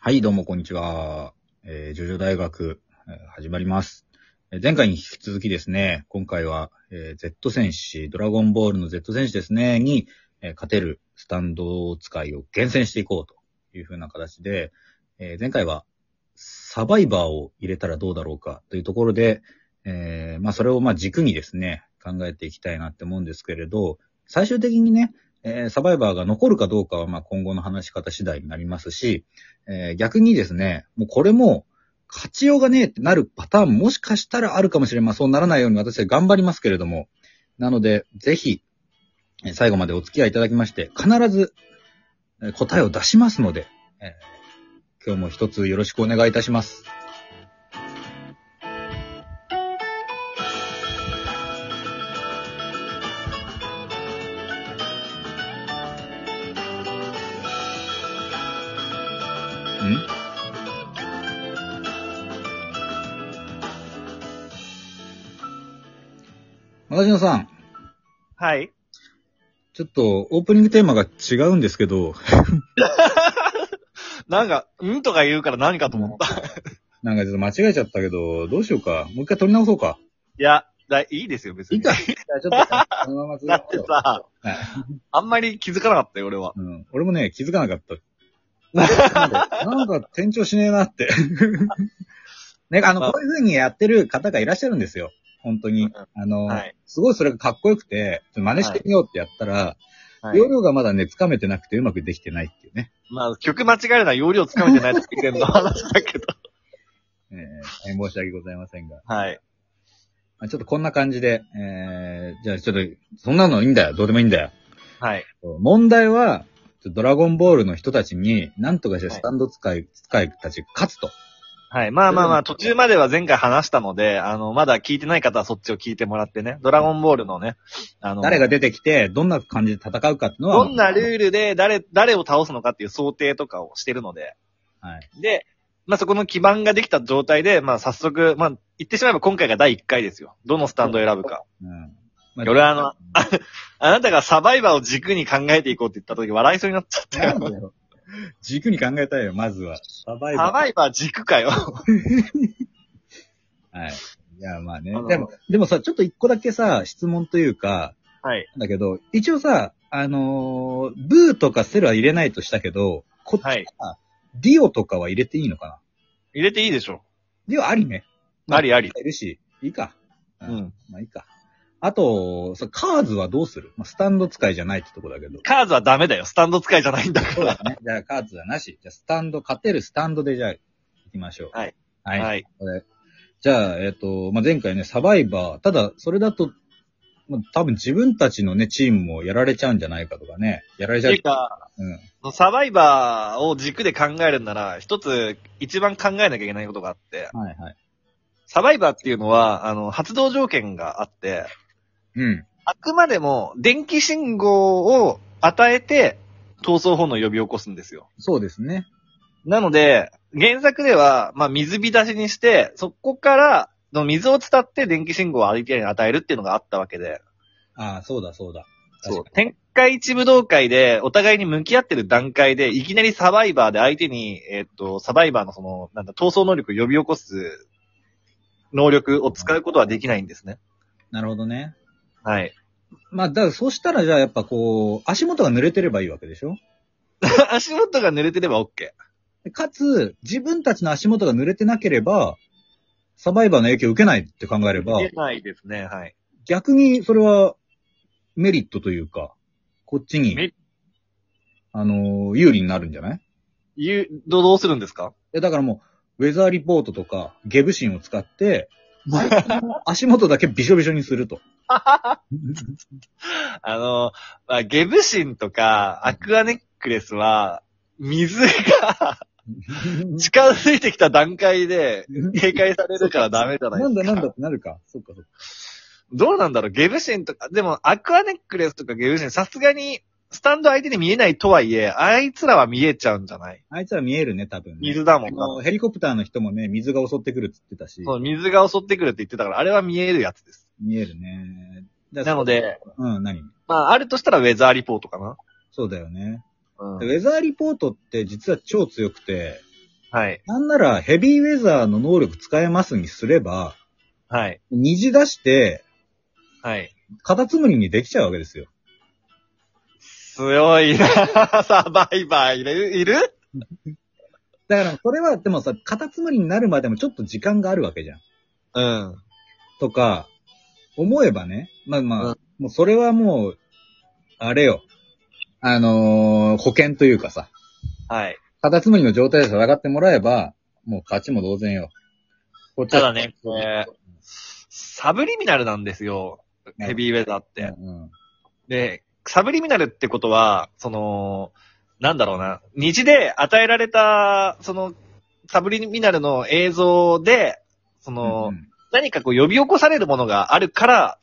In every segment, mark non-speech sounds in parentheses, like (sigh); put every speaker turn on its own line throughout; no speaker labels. はい、どうもこんにちは。えー、ジョジョ大学、えー始まります。えー前回に引き続きですね、今回は、えー Z 戦士、ドラゴンボールの Z 戦士ですね、に、えー勝てるスタンド使いを厳選していこうというふうな形で、えー前回はサバイバーを入れたらどうだろうかというところで、えーまあそれをまあ軸にですね、考えていきたいなって思うんですけれど、最終的にね、えーサバイバーが残るかどうかはまあ今後の話し方次第になりますし、えー逆にですね、もうこれも、勝ちようがねえってなるパターンもしかしたらあるかもしれません。そうならないように私は頑張りますけれども。なので、ぜひ、えー最後までお付き合いいただきまして、必ずえー答えを出しますので、えー今日も一つよろしくお願いいたします。んマガジノさん、
はい。
ちょっとオープニングテーマが違うんですけど、
なんか、うんとか言うから何かと思 (laughs) った。
なんかちょっと間違えちゃったけど、どうしようか。もう一回取り直そうか。
いや、だいいですよ、別に。
いいかじゃあちょっと、このまま
だって
続けよう
さ、
はい
あんまり気づかなかったよ、俺は。
うん。俺もね、気づかなかった。なんか転調しねえなって。 (laughs) ね、あの、こういう風にやってる方がいらっしゃるんですよ。本当に。あの、
はい
すごいそれがかっこよくて、ちょっと真似してみようってやったら、
はい
容量がまだね、つかめてなくてうまくできてないっていうね。
まあ、曲間違えるのは容量つかめてないって (laughs) 言ってんの話だけど。
えー申し訳ございませんが。
はい。
まあちょっとこんな感じで、えー、じゃあちょっと、そんなのいいんだよ。どうでもいいんだよ。
はい。
問題は、ちょっとドラゴンボールの人たちに、なんとかしてスタンド使い、使いたち勝つと。
はい。まあまあまあ、途中までは前回話したので、あの、まだ聞いてない方はそっちを聞いてもらってね。ドラゴンボールのね、あの、
誰が出てきて、どんな感じで戦うかっていうのは。
どんなルールで誰、誰を倒すのかっていう想定とかをしてるので。
はい。
で、まあ、そこの基盤ができた状態で、まあ、早速、まあ、言ってしまえば今回が第1回ですよ。どのスタンドを選ぶか。
うん。
俺はあ (laughs) の、あなたがサバイバーを軸に考えていこうって言った時笑いそうになっちゃった
なん
よ。
だよ。軸に考えたいよ、まずは。サバイ
サ
バ
バイバー軸かよ。
ー。はい。いや、まあね
あ。の
でも、でもさ、ちょっと一個だけさ、質問というか、
はい。
だけど、一応さ、あのーブーとかセルは入れないとしたけど、こっちは、
はい
ディオとかは入れていいのかな
入れていいでしょ。
ディオありね。ま
ありあり。
いるし、いいか。う
うん。
まあいいか。あと、さカーズはどうするまあ、スタンド使いじゃないってとこだけど。
カーズはダメだよ。スタンド使いじゃないんだか
そう
ら。
だ
(laughs)
ね。じゃあカーズはなし。じゃあスタンド、勝てるスタンドでじゃあ行きましょう。
はい。
はい。
はい
これじゃあ、えっ、と、まあ、前回ね、サバイバー。ただ、それだと、まあ、多分自分たちのね、チームもやられちゃうんじゃないかとかね。やられち
て
ゃう
いう。か、
うん。
サバイバーを軸で考えるんなら、一つ一番考えなきゃいけないことがあって、
はいはい。
サバイバーっていうのは、あの、発動条件があって、
うん。
あくまでも電気信号を与えて、闘争本能を呼び起こすんですよ。
そうですね。
なので、原作では、まあ、水浸しにして、そこから、の水を伝って電気信号を相手に与えるっていうのがあったわけで、
ああ、そうだそうだ。
そ
確
う
か
天下一武道会で、お互いに向き合ってる段階で、いきなりサバイバーで相手に、えっと、サバイバーのその、なんだ、闘争能力を呼び起こす能力を使うことはできないんですね。
になるほどね。
はい。
まあ、だから、そうしたら、じゃあ、やっぱこう、足元が濡れてればいいわけでしょ
(laughs) 足元が濡れてれば OK。
でかつ、自分たちの足元が濡れてなければ、サバイバーの影響を受けないって考えれば
出、ないですね、はい。
逆にそれはメリットというか、こっち
メ
に
リ、
あのー有利になるんじゃないい
言う、どどうするんですか
やだからもう、ウェザーリポートとか、ゲブシンを使
(laughs)
って、足元だけびしょびしょにすると。
あの、まあ、ゲブシンとか、アクアネックレスは、水が近づいてきた段階で、警戒されるからダメじゃないで
な
す
んだ
か。
なんだってなるか。そっかそっか。
どうなんだろうゲブシンとか、でも、アクアネックレスとかゲブシン、さすがに、スタンド相手に見えないとはいえ、あいつらは見えちゃうんじゃない
あいつら見えるね、多分ね。
水だも
あ
ん
の
な。
ヘリコプターの人もね、水が襲ってくるって言ってたし、
そう、水が襲ってくるって言ってたから、あれは見えるやつです。
見えるね。だ
なので、
うん、何
まあ、あるとしたらウェザーリポートかな。
そうだよね。
うん
ウ。ェザーリポートって実は超強くて、
はい。
なんならヘビーウェザーの能力使えますにすれば、
はい。
虹出して、
はい。
カタツムリにできちゃうわけですよ。
強いな (laughs) サバイバーいるいる
だから、それは、でもさ、カタツムリになるまでもちょっと時間があるわけじゃん。
うん。
とか、思えばね、まあまあ、
う
もうそれはもう、あれよ。あのー保険というかさ、
はい。
(laughs) カタツムリの状態で戦ってもらえば、もう勝ちも同然よ。こっちは
ただね、これ、サブリミナルなんですよ。ヘビーウェザーって。
うんうん
で、サブリミナルってことは、その、なんだろうな、虹で与えられた、その、サブリミナルの映像で、その、
うん
何かこう呼び起こされるものがあるから、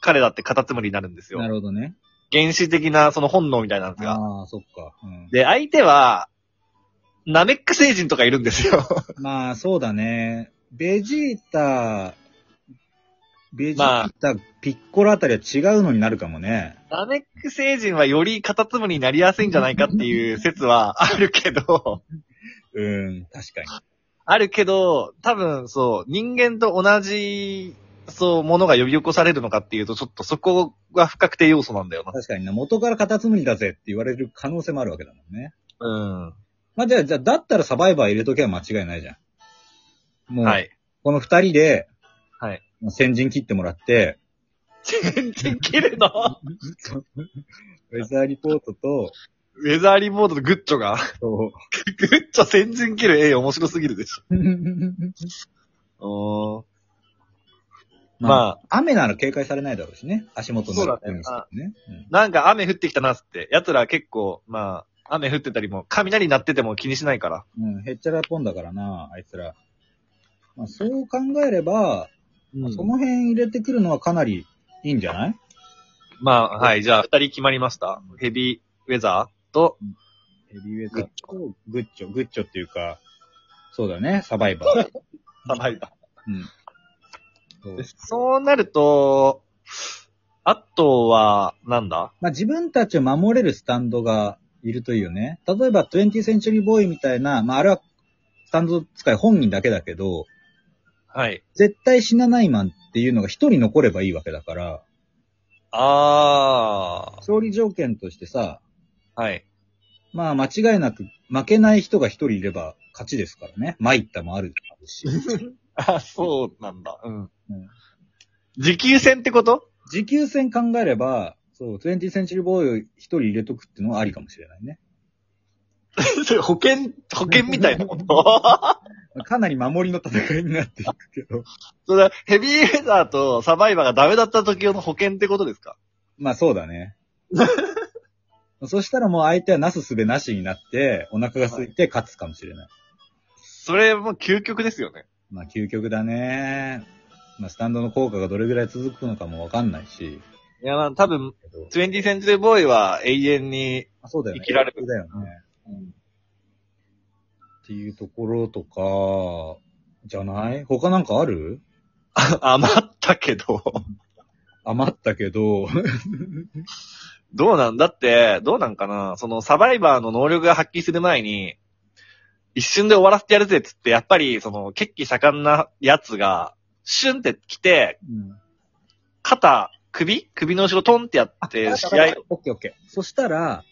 彼だってカタツムリになるんですよ
な。るほどね。
原始的なその本能みたいなのが。
ああ、そっか。うん
で、相手は、ナメック星人とかいるんですよ。
まあ、そうだね。ベジータ、ベジータ、ピッコロあたりは違うのになるかもね。
ナメック星人はよりカタツムリになりやすいんじゃないかっていう説はあるけど、
うん、確かに。
あるけど、多分そう、人間と同じ、そう、ものが呼び起こされるのかっていうと、ちょっとそこが不確定要素なんだよな。
確かにな、元からカタツムリだぜって言われる可能性もあるわけだもんね。
うん。
まあ、じゃあ、じゃあ、だったらサバイバー入れときゃ間違いないじゃん。もう、
はい。
この二人で、
はい。
先陣切ってもらって、
全然切るの
ウェザーリポートと、
ウェザーリポートとグッチョが、
そ
グッチョ全然切る絵面白すぎるでし
う
ょ。
ま
(laughs) ま
あ、雨なら警戒されないだろうしね。足元の。
そうだね
ね。
なんか雨降ってきたなっつって、奴ら結構、まあ、雨降ってたりも、雷鳴ってても気にしないから。
うん。うんへっちゃらポンだからな、あいつら。まあ、そう考えれば、その辺入れてくるのはかなりいいんじゃない
まあ、はい、じゃあ、二人決まりました。ヘビーウェザーと、
ヘビーウェザーとグッチョ、グッチョっていうか、そうだね、サバイバー。
サバイバ
うん。そう
ー。そうなると、あとは、なんだ
まあ、自分たちを守れるスタンドがいるというね。例えば、20センチュリーボーイみたいな、まあ、あれは、スタンド使い本人だけだけど、
はい。
絶対死なないマンっていうのが一人残ればいいわけだから、
あ
勝利条件としてさ、
ー。はい。
まあ、間違いなく、負けない人が一人いれば勝ちですからね。参ったもある
(laughs)
し。
あ、そうなんだ。う
う
ん
ん。
持久戦ってこと
持久戦考えれば、そう、20センチュリーボーイを一人入れとくっていうのはありかもしれないね。
そ (laughs) れ保険、保険みたいなこと
かなり守りの戦いになっていくけど。
(laughs) それヘビーウェザーとサバイバーがダメだった時用の保険ってことですか
まあそうだ
(laughs)
ね。そしたらもう相手はなすすべなしになって、お腹が空いて勝つかもしれない。
それも究極ですよね。
まあ究極だね。まあスタンドの効果がどれぐらい続くのかもわかんないし。
いや、まあ、多分、
けど
20センチュリーボーイは永遠に、
まあそうだよね。
生きられる
だよね。っていうところとか、じゃない他なんかある
(laughs) 余ったけど。
余ったけど、
どうなんだって、どうなんかなそのサバイバーの能力が発揮する前に、一瞬で終わらせてやるぜっつって、やっぱり、その、血気盛んなやつが、シュンって来て、肩、首首の後ろトンってやって、試合、
オッケーオッケー。そしたら、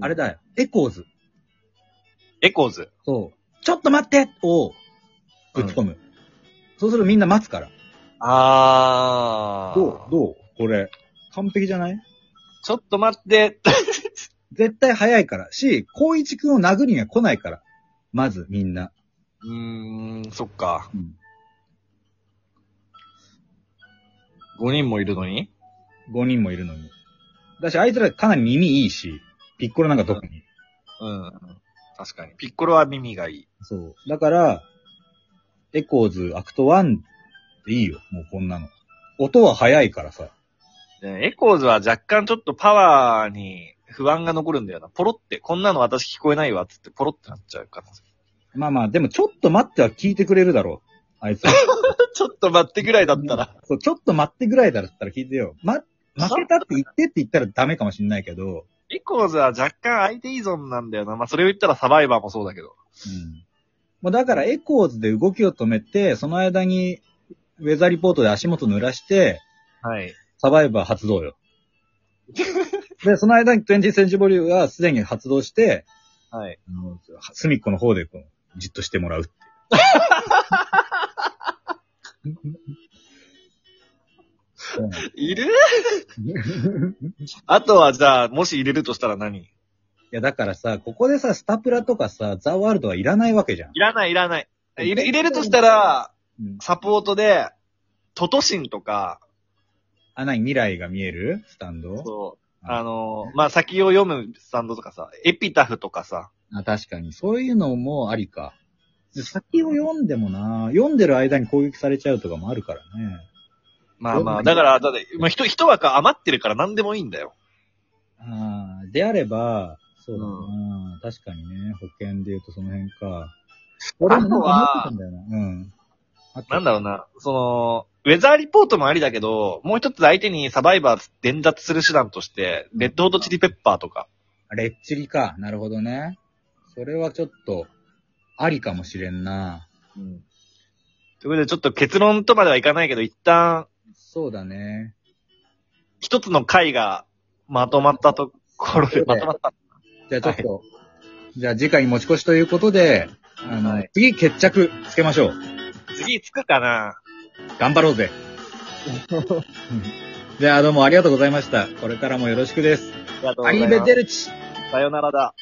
あれ
だ。
だよ。エコーズ。
エコーズ。
そう。ちょっと待ってをぶち込む。そうするとみんな待つから。
あー。
どうどうこれ。完璧じゃない
ちょっと待って、 (laughs)
絶対早いから。し、光一くんを殴りには来ないから。まず、みんな。
うーん、そっか。
うん
5人もいるのに
5人もいるのに。だし、あいつらかなり耳いいし、ピッコロなんか特に。
うん。確かに。ピッコロは耳がいい。
そう。だから、エコーズ、アクト1でいいよ。もうこんなの。音は早いからさ。
ねエコーズは若干ちょっとパワーに不安が残るんだよな。ポロって、こんなの私聞こえないわ、つってポロってなっちゃうから。 (laughs)
まあまあ、でもちょっと待っては聞いてくれるだろう。あいつら。
ちょっと待ってぐらいだったら。
そう、ちょっと待ってぐらいだったら聞いてよ。ま、負けたって言ってって言ったらダメかもしんないけど、
エコーズは若干相手依存なんだよな。まあ、それを言ったらサバイバーもそうだけ
う
ど。
ん。もうだからエコーズで動きを止めて、その間にウェザーリポートで足元濡らして、
はい。
サバイバー発動
(laughs)
よ。で、その間に20センチボリューがすでに発動して、
はい。
あの隅っこの方でこうじっとしてもらうっていう。そうなんです
いる (laughs) あとはじゃあ、もし入れるとしたら何
いや、だからさ、ここでさ、スタプラとかさ、ザワールドはいらないわけじゃん。
いらない、いらない。入れ入れるとしたら、
うん
サポートで、トトシンとか、
あ、なに未来が見えるスタンド
そう、あの、まあ、先を読むスタンドとかさ、エピタフとかさ、
あ、確かに。そういうのもありか。で先を読んでもな、読んでる間に攻撃されちゃうとかもあるからね。
まあま
う
あ、
ん
だから、だって、まあ、一一枠余ってるから何でもいいんだよ。
ああ、であれば、そうだな、確かにね、保険で言うとその辺か。俺もなんか思ってたんだよな。うん。あと
なんだろうな、その、ウェザーリポートもありだけど、もう一つ相手にサバイバー伝達する手段として、レッドホットチリペッパーとか。
レッチリか。なるほどね。それはちょっと、ありかもしれんな。
うん。ということで、ちょっと結論とまではいかないけど、一旦、
そうだね。
一つの回がまとまったところで、まとまった。
じゃあちょっと、じゃあ次回に持ち越しということで、あの、次決着つけましょう。
次つくかな
頑張ろう (laughs) ぜ。じゃあどうもありがとうございました。これからもよろしくです。
ありがとうご
ア
ざい
リ
ま
ーベ
す
デルチ
さよならだ。